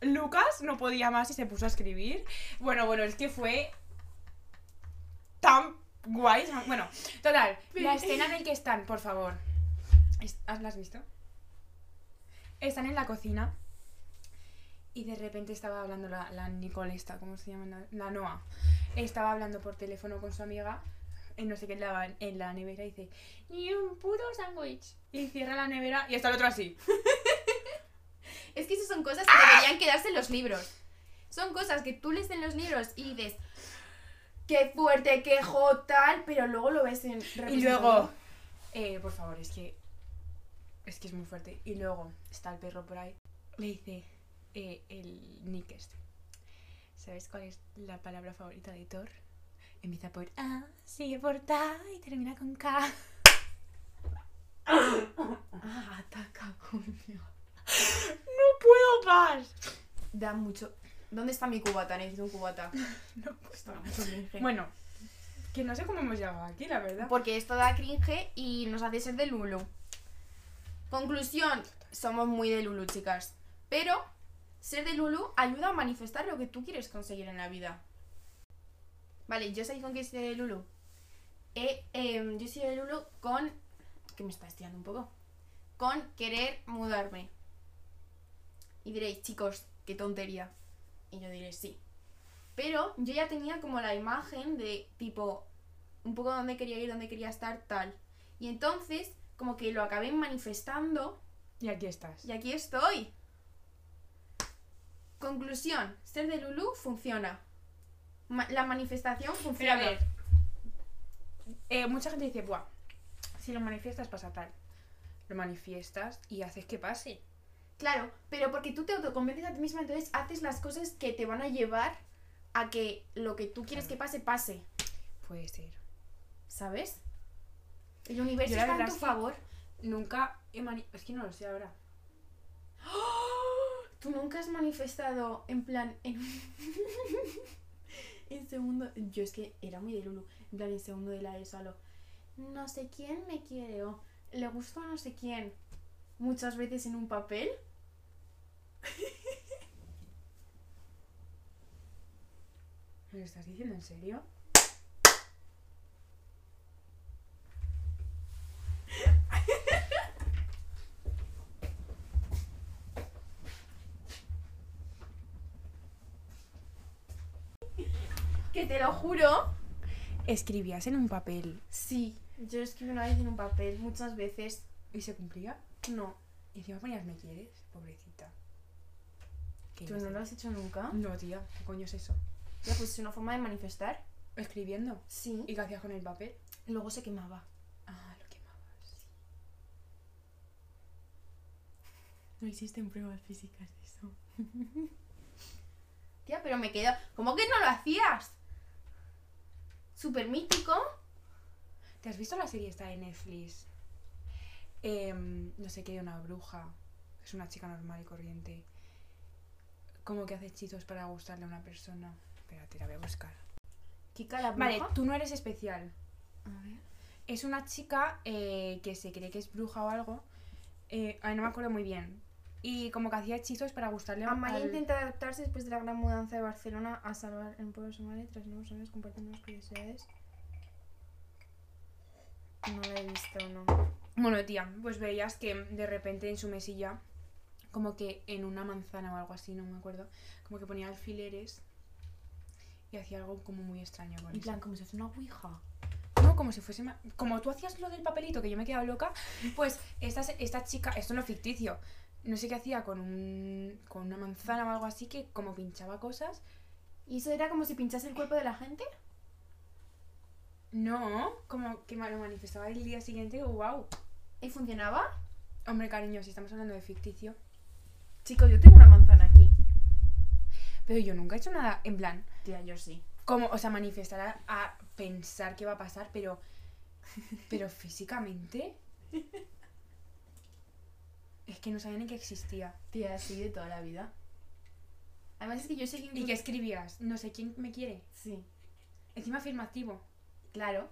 A: Lucas no podía más y se puso a escribir. Bueno, bueno, es que fue tan guay. tan- Bueno, total, la escena en el que están, por favor. Es- ¿has- ¿La has visto? Están en la cocina y de repente estaba hablando la, la Nicole esta, ¿cómo se llama? La, la Noa. Estaba hablando por teléfono con su amiga en no sé qué lava en la nevera y dice ni un puto sándwich y cierra la nevera y está el otro así
B: Es que esas son cosas que
A: ¡Ah!
B: deberían quedarse en los libros. Son cosas que tú lees en los libros y dices, qué fuerte, qué tal, pero luego lo ves en
A: y luego eh, por favor es que es que es muy fuerte y luego está el perro por ahí le dice eh, el Nick este ¿sabes cuál es la palabra favorita de Thor? empieza por A sigue por Ta y termina con K
B: Ah, ataca, coño.
A: no puedo más
B: Da mucho. ¿Dónde está mi cubata? Necesito un cubata.
A: <laughs> no puedo
B: Está
A: más.
B: mucho cringe.
A: bueno que no sé cómo hemos llegado aquí la verdad
B: Porque esto da cringe y nos hace ser de Lulu. Conclusión, somos muy de Lulu, chicas. Pero ser de Lulu ayuda a manifestar lo que tú quieres conseguir en la vida. Vale, yo soy con que soy de Lulu. Eh, em, yo soy de Lulu con... que me está estirando un poco. Con querer mudarme. Y diréis, chicos, qué tontería. Y yo diré, sí. Pero yo ya tenía como la imagen de tipo, un poco dónde quería ir, dónde quería estar, tal. Y entonces, como que lo acabé manifestando
A: y aquí estás
B: y aquí estoy. Conclusión, ser de Lulu funciona. Ma- la manifestación
A: Pero a
B: funciona.
A: ver, eh, mucha gente dice, buah, si lo manifiestas pasa tal. Lo manifiestas y haces que pase.
B: Claro, pero porque tú te autoconvences a ti misma, entonces haces las cosas que te van a llevar a que lo que tú quieres que pase, pase.
A: Puede ser.
B: ¿Sabes? El universo
A: Yo la
B: está en
A: verdad
B: tu
A: es que-
B: favor.
A: Nunca he mani... Es que no lo sé ahora.
B: <gasps> ¿Tú nunca has manifestado en plan en, <laughs> en segundo? Yo es que era muy de Lulu, en plan en segundo de la ESO a lo, no sé quién me quiere o le gusta no sé quién. Muchas veces en un papel.
A: ¿Me lo estás diciendo en serio?
B: Que te lo juro.
A: Escribías en un papel
B: Sí, yo escribí una vez en un papel, muchas veces
A: y se cumplía.
B: no.
A: Y encima ponías me quieres, pobrecita. ¿Qué
B: ¿Tú no Mm.
A: ibas
B: lo
A: a
B: has hecho nunca?
A: hacer? No, tía, ¿qué coño es eso?
B: Ya, pues es una forma de manifestar.
A: Escribiendo.
B: Sí.
A: ¿Y qué hacías con el papel?
B: Y luego se quemaba.
A: Ah, lo quemabas.
B: No existen pruebas físicas de eso. <laughs> Tía, pero me quedo. ¿Cómo que no lo hacías? Super mítico.
A: ¿Te has visto la serie esta de Netflix? Em, no sé qué, de una bruja. Es una chica normal y corriente. Como que hace hechizos para gustarle a una persona. Espérate, la voy a buscar.
B: Kika la
A: Vale,
B: bruja.
A: tú no eres especial.
B: A ver.
A: Es una chica eh, que se cree que es bruja o algo. Eh, ay, no me acuerdo muy bien. Y como que hacía hechizos para gustarle a
B: Amaya
A: al...
B: intenta adaptarse después de la gran mudanza de Barcelona a salvar el pueblo somali tras nuevos años compartiendo las curiosidades. No la he visto, no.
A: Bueno, tía, pues veías que de repente en su mesilla, como que en una manzana o algo así, no me acuerdo, como que ponía alfileres y hacía algo como muy extraño con eso.
B: como si fuese una ouija.
A: No, como si fuese... ma- Como tú hacías lo del papelito, que yo me he quedado loca, pues esta, se- esta chica, esto no es ficticio, no sé qué hacía con, un, con una manzana o algo así, que como pinchaba cosas.
B: ¿Y eso era como si pinchase el cuerpo de la gente?
A: No, como que me lo manifestaba el día siguiente, wow.
B: ¿Y funcionaba?
A: Hombre, cariño, si estamos hablando de ficticio.
B: Chicos, yo tengo una manzana aquí.
A: Pero yo nunca he hecho nada, en plan,
B: Tía, yo sí.
A: como, o sea, manifestar a, a pensar qué va a pasar, pero. Pero físicamente. Es que no sabía ni que existía.
B: Tía, sí, de toda la vida. Además es que yo sé que...
A: ¿Y qué escribías? No sé quién me quiere.
B: Sí.
A: Encima afirmativo.
B: Claro.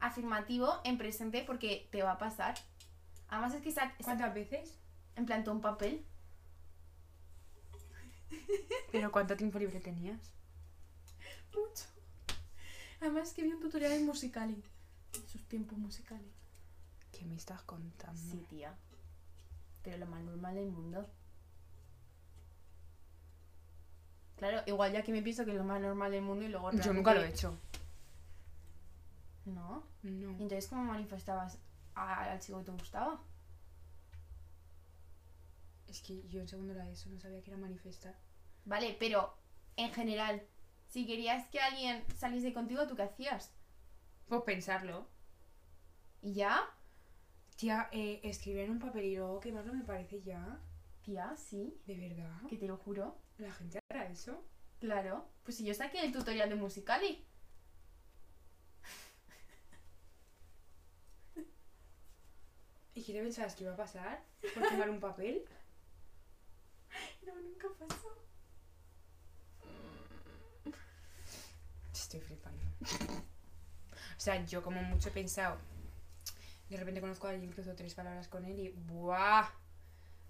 B: Afirmativo en presente porque te va a pasar. Además es que sa- sa-
A: ¿Cuántas veces?
B: en plan todo un papel.
A: ¿Pero cuánto tiempo libre tenías?
B: Mucho. Además es que vi un tutorial en Musicali. Sus tiempos musicales.
A: ¿Qué me estás contando?
B: Ah, Sí, tía. Pero lo más normal del mundo. Claro, igual ya que me pienso que es lo más normal del mundo y luego...
A: Yo nunca lo he
B: realmente-
A: hecho.
B: No. ¿Y
A: No.
B: entonces cómo manifestabas a- al chico que te gustaba?
A: Es que yo en segundo la de eso no sabía que era manifestar.
B: Vale, pero en general, si querías que alguien saliese contigo, ¿tú qué hacías?
A: Pues pensarlo.
B: ¿Y ya?
A: Tía, eh, escribir en un papel y luego quemarlo me parece ya.
B: Tía, sí,
A: ¿De verdad?
B: que te lo juro.
A: ¿La gente hará eso?
B: Claro. Pues si yo saqué el tutorial de Musicali.
A: ¿Y qué te pensabas que iba a pasar? ¿Por quemar un papel?
B: No, nunca pasó.
A: Estoy flipando. O sea, yo como mucho he pensado. De repente conozco a alguien, cruzo tres palabras con él y ¡buah!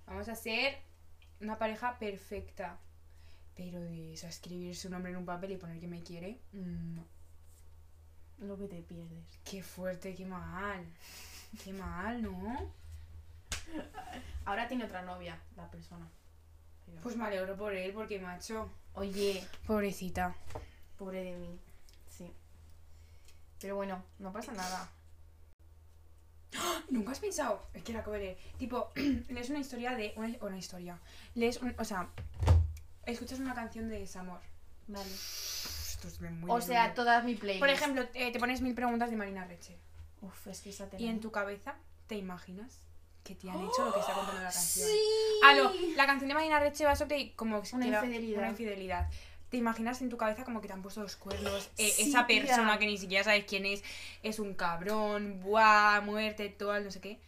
A: Vamos a ser una pareja perfecta. Pero de eso, a escribir su nombre en un papel y poner que me quiere, no.
B: Lo que te pierdes.
A: Qué fuerte, qué mal. Qué mal, ¿no?
B: Ahora tiene otra novia, la persona. Pero-
A: Pues me alegro por él, porque macho.
B: Oye,
A: Pobrecita.
B: pobre de mí. Sí. Pero bueno, no pasa nada.
A: ¿Nunca has pensado? Es que la acabo de leer. Tipo, <clears throat> lees una historia de. Una, una historia. Lees. un- o sea, escuchas una canción de desamor.
B: Vale.
A: Esto es de muy
B: O sea,
A: duro.
B: todas mis plays.
A: Por ejemplo, eh, te pones mil preguntas de Marina Reche.
B: Uf, es que esa te
A: Y en tu cabeza te imaginas que te han hecho lo que está contando la canción.
B: ¡Oh! Sí.
A: Aló, la canción de Marina Reche va sobre como que
B: Una
A: la-
B: infidelidad.
A: una infidelidad. Te imaginas en tu cabeza como que te han puesto los cuernos, eh,
B: Sí,
A: esa
B: tía.
A: persona que ni siquiera sabes quién es, es un cabrón, buah, muerte, todo, no sé qué.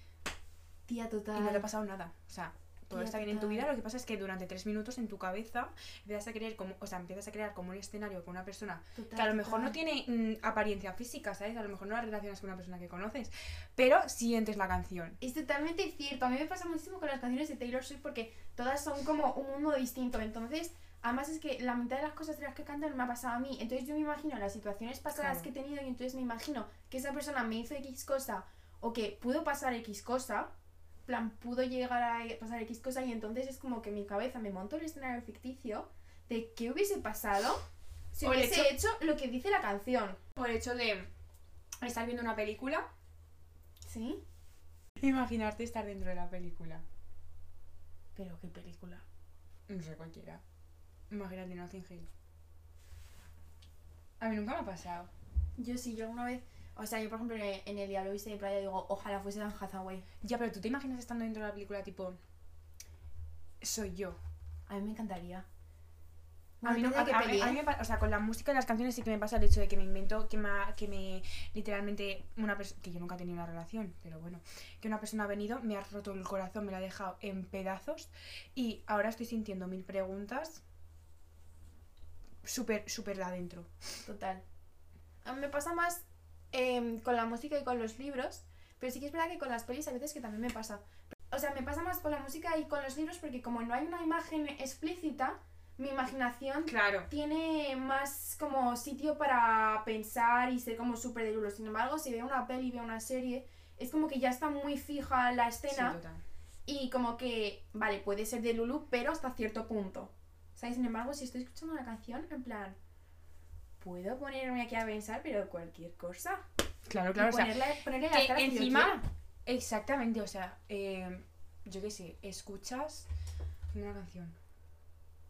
B: Tía total.
A: Y no te ha pasado nada. O sea, todo
B: Tía,
A: está bien en tu
B: total.
A: vida. Lo que pasa es que durante tres minutos en tu cabeza empiezas a creer como, o sea, empiezas a crear como un escenario con una persona
B: Total,
A: que a lo mejor no
B: total.
A: tiene mm, apariencia física, ¿sabes? A lo mejor no la relacionas con una persona que conoces, pero sientes la canción.
B: Es totalmente cierto. A mí me pasa muchísimo con las canciones de Taylor Swift porque todas son como un mundo distinto. Entonces, además es que la mitad de las cosas de las que cantan me ha pasado a mí. Entonces yo me imagino las situaciones pasadas
A: Claro.
B: que he tenido y entonces me imagino que esa persona me hizo X cosa o que pudo pasar X cosa. plan, pudo llegar a pasar X cosa y entonces es como que mi cabeza me montó el escenario ficticio de qué hubiese pasado si
A: O el
B: hubiese hecho... lo que dice la canción.
A: Por el hecho de estar viendo una película,
B: ¿Sí?
A: imaginarte estar dentro de la película.
B: Pero qué película.
A: No sé, cualquiera. Imagínate Nothing Hill. A mí nunca me ha pasado.
B: Yo sí, yo alguna vez, o sea, yo por ejemplo en el, en el diablo viste de playa digo, ojalá fuese Dan Hathaway.
A: Ya, pero tú te imaginas estando dentro de la película tipo... Soy yo.
B: A mí me encantaría.
A: A mí, no, a, a mí- a mí me pa- o sea, con la música y las canciones sí que me pasa el hecho de que me invento, que me, ha- que me literalmente una persona, que yo nunca he tenido una relación, pero bueno, que una persona ha venido, me ha roto el corazón, me lo ha dejado en pedazos y ahora estoy sintiendo mil preguntas súper, súper de adentro.
B: Total. A mí me pasa más em, con la música y con los libros, pero sí que es verdad que con las pelis a veces que también me pasa. O sea, me pasa más con la música y con los libros porque como no hay una imagen explícita, mi imaginación
A: Claro.
B: tiene más como sitio para pensar y ser como súper de libro. Sin embargo, si veo una peli, veo una serie, es como que ya está muy fija la escena. Y como que, vale, puede ser de Lulu, pero hasta cierto punto. ¿Sabes? Sin embargo, si estoy escuchando una canción, en plan, puedo ponerme aquí a pensar, pero cualquier cosa.
A: Claro,
B: Y
A: claro. o sea,
B: ponerle, ponerle
A: que
B: la cara que yo
A: encima-
B: quiera.
A: exactamente, o sea, eh, yo qué sé, escuchas una canción.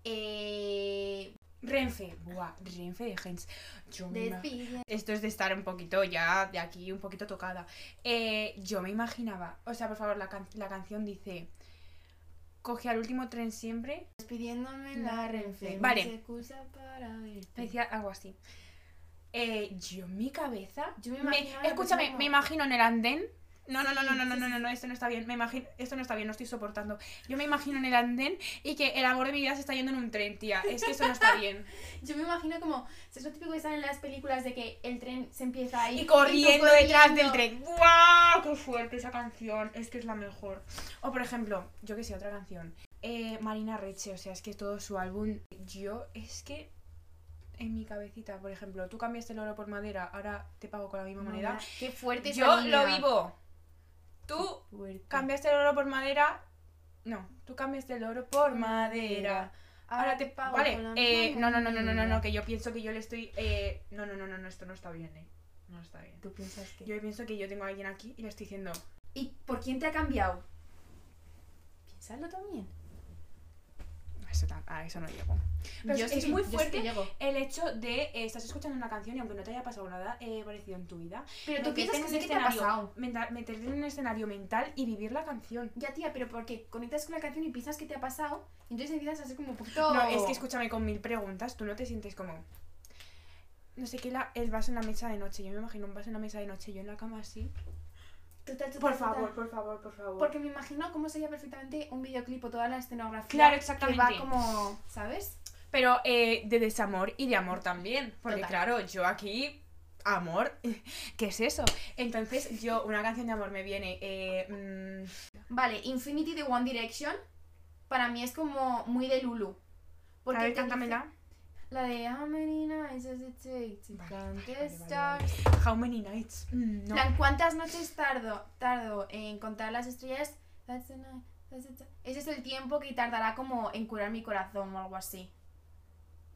B: Eh,
A: Red Renfe. Buah, Renfe de Gens. Yo me imag-
B: Despide.
A: Esto es de estar un poquito ya de aquí, un poquito tocada. Eh, yo me imaginaba, o sea, por favor, la, can- la canción dice, coge al último tren siempre,
B: Despidiéndome en la Renfe. no
A: Vale.
B: se excusa para irte.
A: decía algo así. Eh, yo en mi cabeza...
B: Yo me
A: me-
B: imaginaba la
A: escúchame,
B: persona-
A: me imagino en el andén. No, no, no, no,
B: Sí,
A: no, no,
B: sí,
A: no, no, no, esto no está bien. Me imagino, esto no está bien, no estoy soportando. Yo me imagino en el andén y que el amor de mi vida se está yendo en un tren, tía. Es que esto no está bien.
B: Yo me imagino como, es lo típico que están en las películas de que el tren se empieza a ir
A: y
B: tú
A: corriendo detrás del
B: corriendo.
A: tren. ¡Guau! ¡Qué fuerte esa canción! Es que es la mejor. O por ejemplo, yo que sé, otra canción. Eh, Marina Reche, o sea, es que todo su álbum. Yo es que en mi cabecita, por ejemplo, tú cambiaste el oro por madera, ahora te pago con la misma moneda.
B: Qué fuerte esa
A: Yo
B: línea.
A: lo vivo. Tú
B: Fuerte.
A: cambiaste el oro por madera. No, tú cambiaste el oro por madera. Ahora te pago. Vale,
B: Ah, con la
A: eh, no,
B: misma
A: no, no, no, no, no, no,
B: moneda.
A: que yo pienso que yo le estoy. eh, no, no, no, no, no, esto no está bien, eh. No está bien.
B: Tú piensas que.
A: Yo pienso que yo tengo a alguien aquí y le estoy diciendo,
B: ¿Y por quién te ha cambiado? Piénsalo también.
A: eso, tam- a eso no llego. Pero es, es muy fuerte el hecho de, eh, estás escuchando una canción y aunque no te haya pasado nada eh, parecido en tu vida,
B: Pero tú
A: meterte
B: piensas
A: en
B: que
A: un
B: sí que te ha
A: escenario
B: pasado.
A: menta- meterte en un escenario mental y vivir la canción.
B: Ya, tía, pero porque conectas con la canción y piensas que te ha pasado, y entonces empiezas a ser como un poquito.
A: No, es que escúchame con mil preguntas, tú no te sientes como... No sé qué, la- el vaso en la mesa de noche. Yo me imagino un vaso en la mesa de noche, yo en la cama así.
B: Total, total,
A: Por
B: total.
A: favor, por favor, por favor.
B: Porque me imagino cómo sería perfectamente un videoclip o toda la escenografía.
A: Claro,
B: Que
A: exactamente.
B: va como. ¿Sabes?
A: Pero eh, de desamor y de amor también. Porque
B: Total.
A: claro, yo aquí, amor, <laughs> ¿qué es eso? Entonces yo, una canción de amor me viene... eh, mm,
B: Vale, Infinity de One Direction. Para mí es como muy de Lulu.
A: a ver,
B: te dice-
A: cántamela.
B: La de "Ah, How many nights does it take to
A: Vale,
B: count
A: vale,
B: the
A: vale, vale,
B: stars?
A: How many nights? Mm, no.
B: plan, ¿cuántas noches tardo, tardo en contar las estrellas? That's the night, that's the time. Ese es el tiempo que tardará como en curar mi corazón o algo así.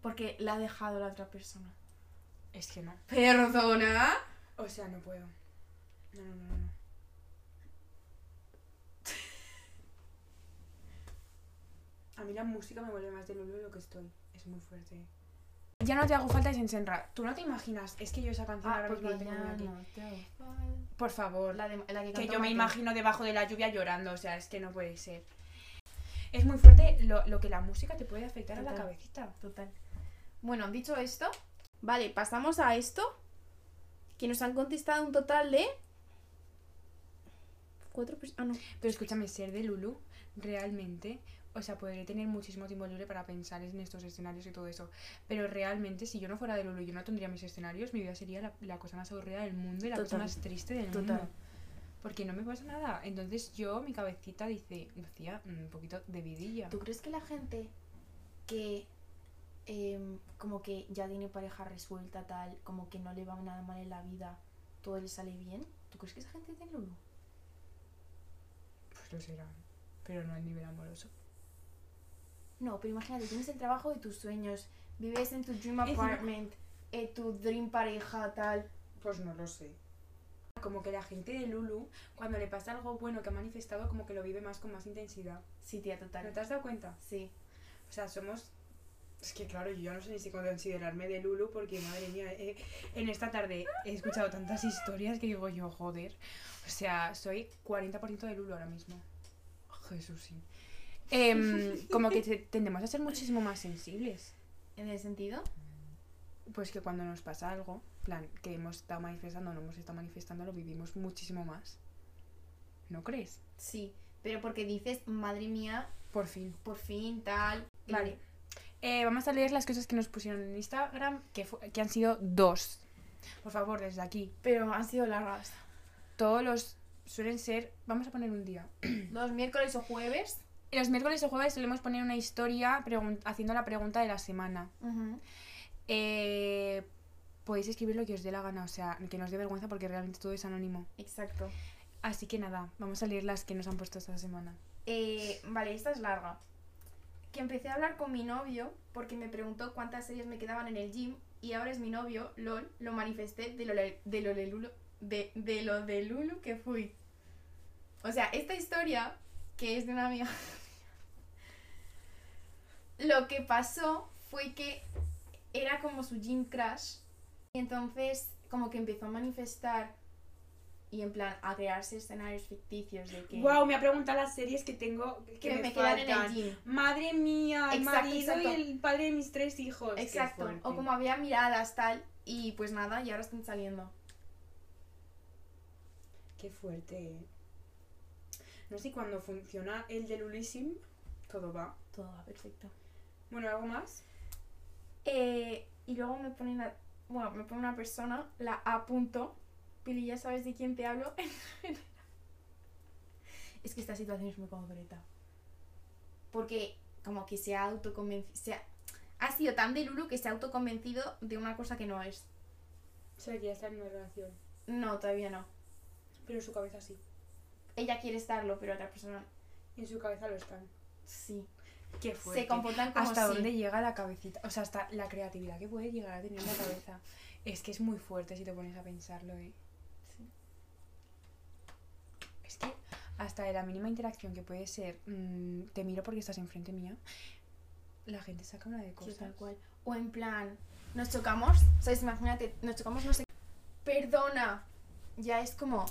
B: Porque la ha dejado la otra persona. Ah,
A: Es que no.
B: ¿Perdona?
A: O sea, no puedo. No, no, no, <laughs> no. A mí la música me vuelve más de Lulu de lo que estoy. Es muy fuerte. Ya no te hago falta sin Senra. Tú no te imaginas. Es que yo esa canción
B: Ah,
A: ahora mismo
B: porque
A: la tengo
B: ya
A: muy aquí.
B: no te hago falta.
A: Por favor.
B: La, de, la que,
A: que
B: cantó
A: yo me
B: Mateo.
A: imagino debajo de la lluvia llorando, o sea, es que no puede ser. Es muy fuerte lo, lo que la música te puede afectar a la
B: Total.
A: cabecita.
B: Total. Bueno, dicho esto, vale, pasamos a esto. Que nos han contestado un total de. Cuatro personas. Ah, no.
A: Pero escúchame, ser de Lulu, realmente, o sea, podré tener muchísimo tiempo libre para pensar en estos escenarios y todo eso. Pero realmente, si yo no fuera de Lulu, yo no tendría mis escenarios, mi vida sería la, la cosa más aburrida del mundo y la cosa
B: Total.
A: más triste del
B: Total.
A: mundo. Porque no me pasa nada. Entonces yo, mi cabecita dice, Lucía, un poquito de vidilla.
B: ¿Tú crees que la gente que em, como que ya tiene pareja resuelta, tal, como que no le va nada mal en la vida, todo le sale bien? ¿Tú crees que esa gente tiene Lulu?
A: Pues lo será, pero no al nivel amoroso.
B: No, pero imagínate, tienes el trabajo de tus sueños, vives en tu dream
A: Encima-
B: apartment, en tu dream pareja, tal.
A: Pues no lo sé. Como que la gente de Lulu, cuando le pasa algo bueno que ha manifestado, como que lo vive más con más intensidad.
B: Sí, tía,
A: ¿No
B: total.
A: te has dado cuenta?
B: Sí.
A: O sea, somos... Es que claro, yo ya no sé ni si considerarme de Lulu porque, madre mía, eh, en esta tarde he escuchado tantas historias que digo yo, joder. O sea, soy 40% de Lulu ahora mismo. Jesús, sí. Em, como que te- tendemos a ser muchísimo más sensibles.
B: ¿En el sentido?
A: Pues que cuando nos pasa algo, plan, que hemos estado manifestando o no hemos estado manifestando, lo vivimos muchísimo más. ¿No crees?
B: Sí. Pero porque dices, madre mía,
A: Por fin.
B: por fin, tal.
A: Vale.
B: Eh,
A: Eh, vamos a leer las cosas que nos pusieron en Instagram, que, fu- que han sido dos. Por favor, desde aquí.
B: Pero han sido largas.
A: Todos los suelen ser. Vamos a poner un día.
B: <clears throat> Los miércoles o jueves.
A: Los miércoles o jueves solemos poner una historia pregun- haciendo la pregunta de la semana. Eh, podéis escribir lo que os dé la gana, o sea, que no os dé vergüenza porque realmente todo es anónimo.
B: Exacto.
A: Así que nada, vamos a leer las que nos han puesto esta semana.
B: Eh, vale, esta es larga. Que empecé a hablar con mi novio porque me preguntó cuántas series me quedaban en el gym y ahora es mi novio, LOL, lo manifesté de lo le- de lo de Lulu, de, de lo de Lulu que fui. O sea, esta historia, que es de una <laughs> amiga, lo que pasó fue que era como su gym crash. Y entonces como que empezó a manifestar y en plan a crearse escenarios ficticios de que,
A: Wow, me ha preguntado las series que tengo que,
B: que
A: me,
B: me, quedan en
A: faltan.
B: el gym.
A: Madre mía, el
B: Exacto,
A: marido
B: exacto.
A: y el padre de mis tres hijos. Qué
B: Exacto.
A: pues, fuerte.
B: O como había miradas tal y pues nada, y ahora están saliendo.
A: Qué fuerte. eh. No sé cuándo funciona el del Ulisim, todo va.
B: Todo va perfecto.
A: Bueno, ¿algo más?
B: Eh, y luego me pone una, bueno, me pone una persona, la A. punto. Pili, ya sabes de quién te hablo. <laughs> es que esta situación es muy concreta. Porque como que se ha autoconvencido, se ha, ha sido tan de Lulu que se ha autoconvencido de una cosa que no es.
A: O sea, que ya está en una relación.
B: No, todavía no.
A: Pero en su cabeza sí.
B: Ella quiere estarlo, pero otra persona
A: En su cabeza lo están.
B: sí.
A: Qué
B: Se comportan como
A: ¿Hasta
B: si-
A: dónde llega la cabecita? O sea, hasta la creatividad que puede llegar a tener la cabeza. Es que es muy fuerte si te pones a pensarlo, ¿eh?
B: Sí.
A: Es que hasta de la mínima interacción que puede ser, mm, te miro porque estás enfrente mía, la gente saca una de
B: Sí,
A: cosas.
B: tal cual. O en plan, nos chocamos, ¿sabes? Imagínate, nos chocamos, no sé. Perdona. Ya es como.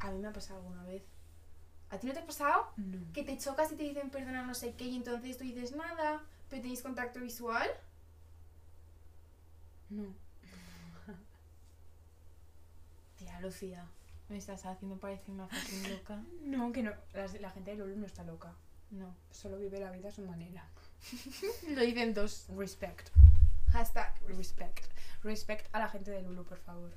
B: A mí me ha pasado alguna vez. ¿A ti no te ha pasado?
A: No.
B: Que te chocas y te dicen perdona, no sé qué, y entonces tú dices nada, pero tenéis contacto visual.
A: No.
B: Tía, Lucía, me estás haciendo parecer una fucking loca. <laughs>
A: No, que no. La, la gente de Lulu no está loca.
B: No.
A: Solo vive la vida a su manera.
B: Lo dicen dos.
A: Respect.
B: Hashtag.
A: Respect. Respect a la gente de Lulu, por favor.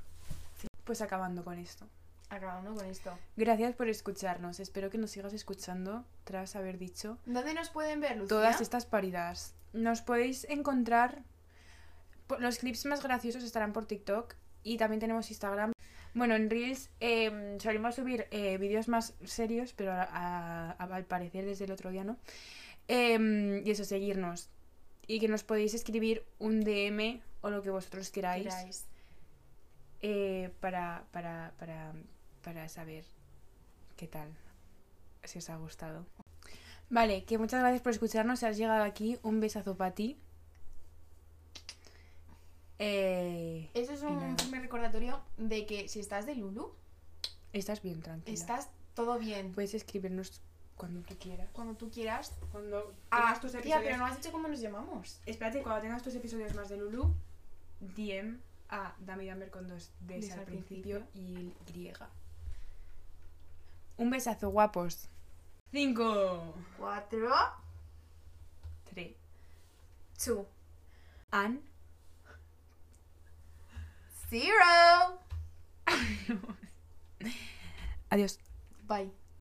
A: Pues acabando con esto.
B: Acabando con esto.
A: Gracias por escucharnos. Espero que nos sigas escuchando tras haber dicho
B: ¿Dónde nos pueden ver, Lucía?
A: todas estas paridas. Nos podéis encontrar. po- Los clips más graciosos estarán por TikTok y también tenemos Instagram. Bueno, en Reels eh, salimos a subir eh, vídeos más serios, pero a- a- a- al parecer desde el otro día no. Em, y eso, seguirnos. Y que nos podéis escribir un DM o lo que vosotros queráis
B: Queráis.
A: eh, para, para, para, para saber qué tal, si os ha gustado. Vale, que muchas gracias por escucharnos. Si has llegado aquí, un besazo para ti. Eh,
B: Eso es
A: Y nada.
B: un primer recordatorio de que si estás de Lulu,
A: estás bien, tranquila.
B: estás todo bien.
A: Puedes escribirnos cuando tú quieras.
B: Cuando tú quieras.
A: Cuando
B: Ah, tía, pero no has dicho cómo nos llamamos.
A: Espérate, cuando tengas tus episodios más de Lulu, DM a Dami Damber con dos Ds
B: Ds
A: al
B: al
A: principio y griega. Un besazo, guapos. 5,
B: Cuatro.
A: 3,
B: Two.
A: an.
B: Zero.
A: Adiós.
B: Bye.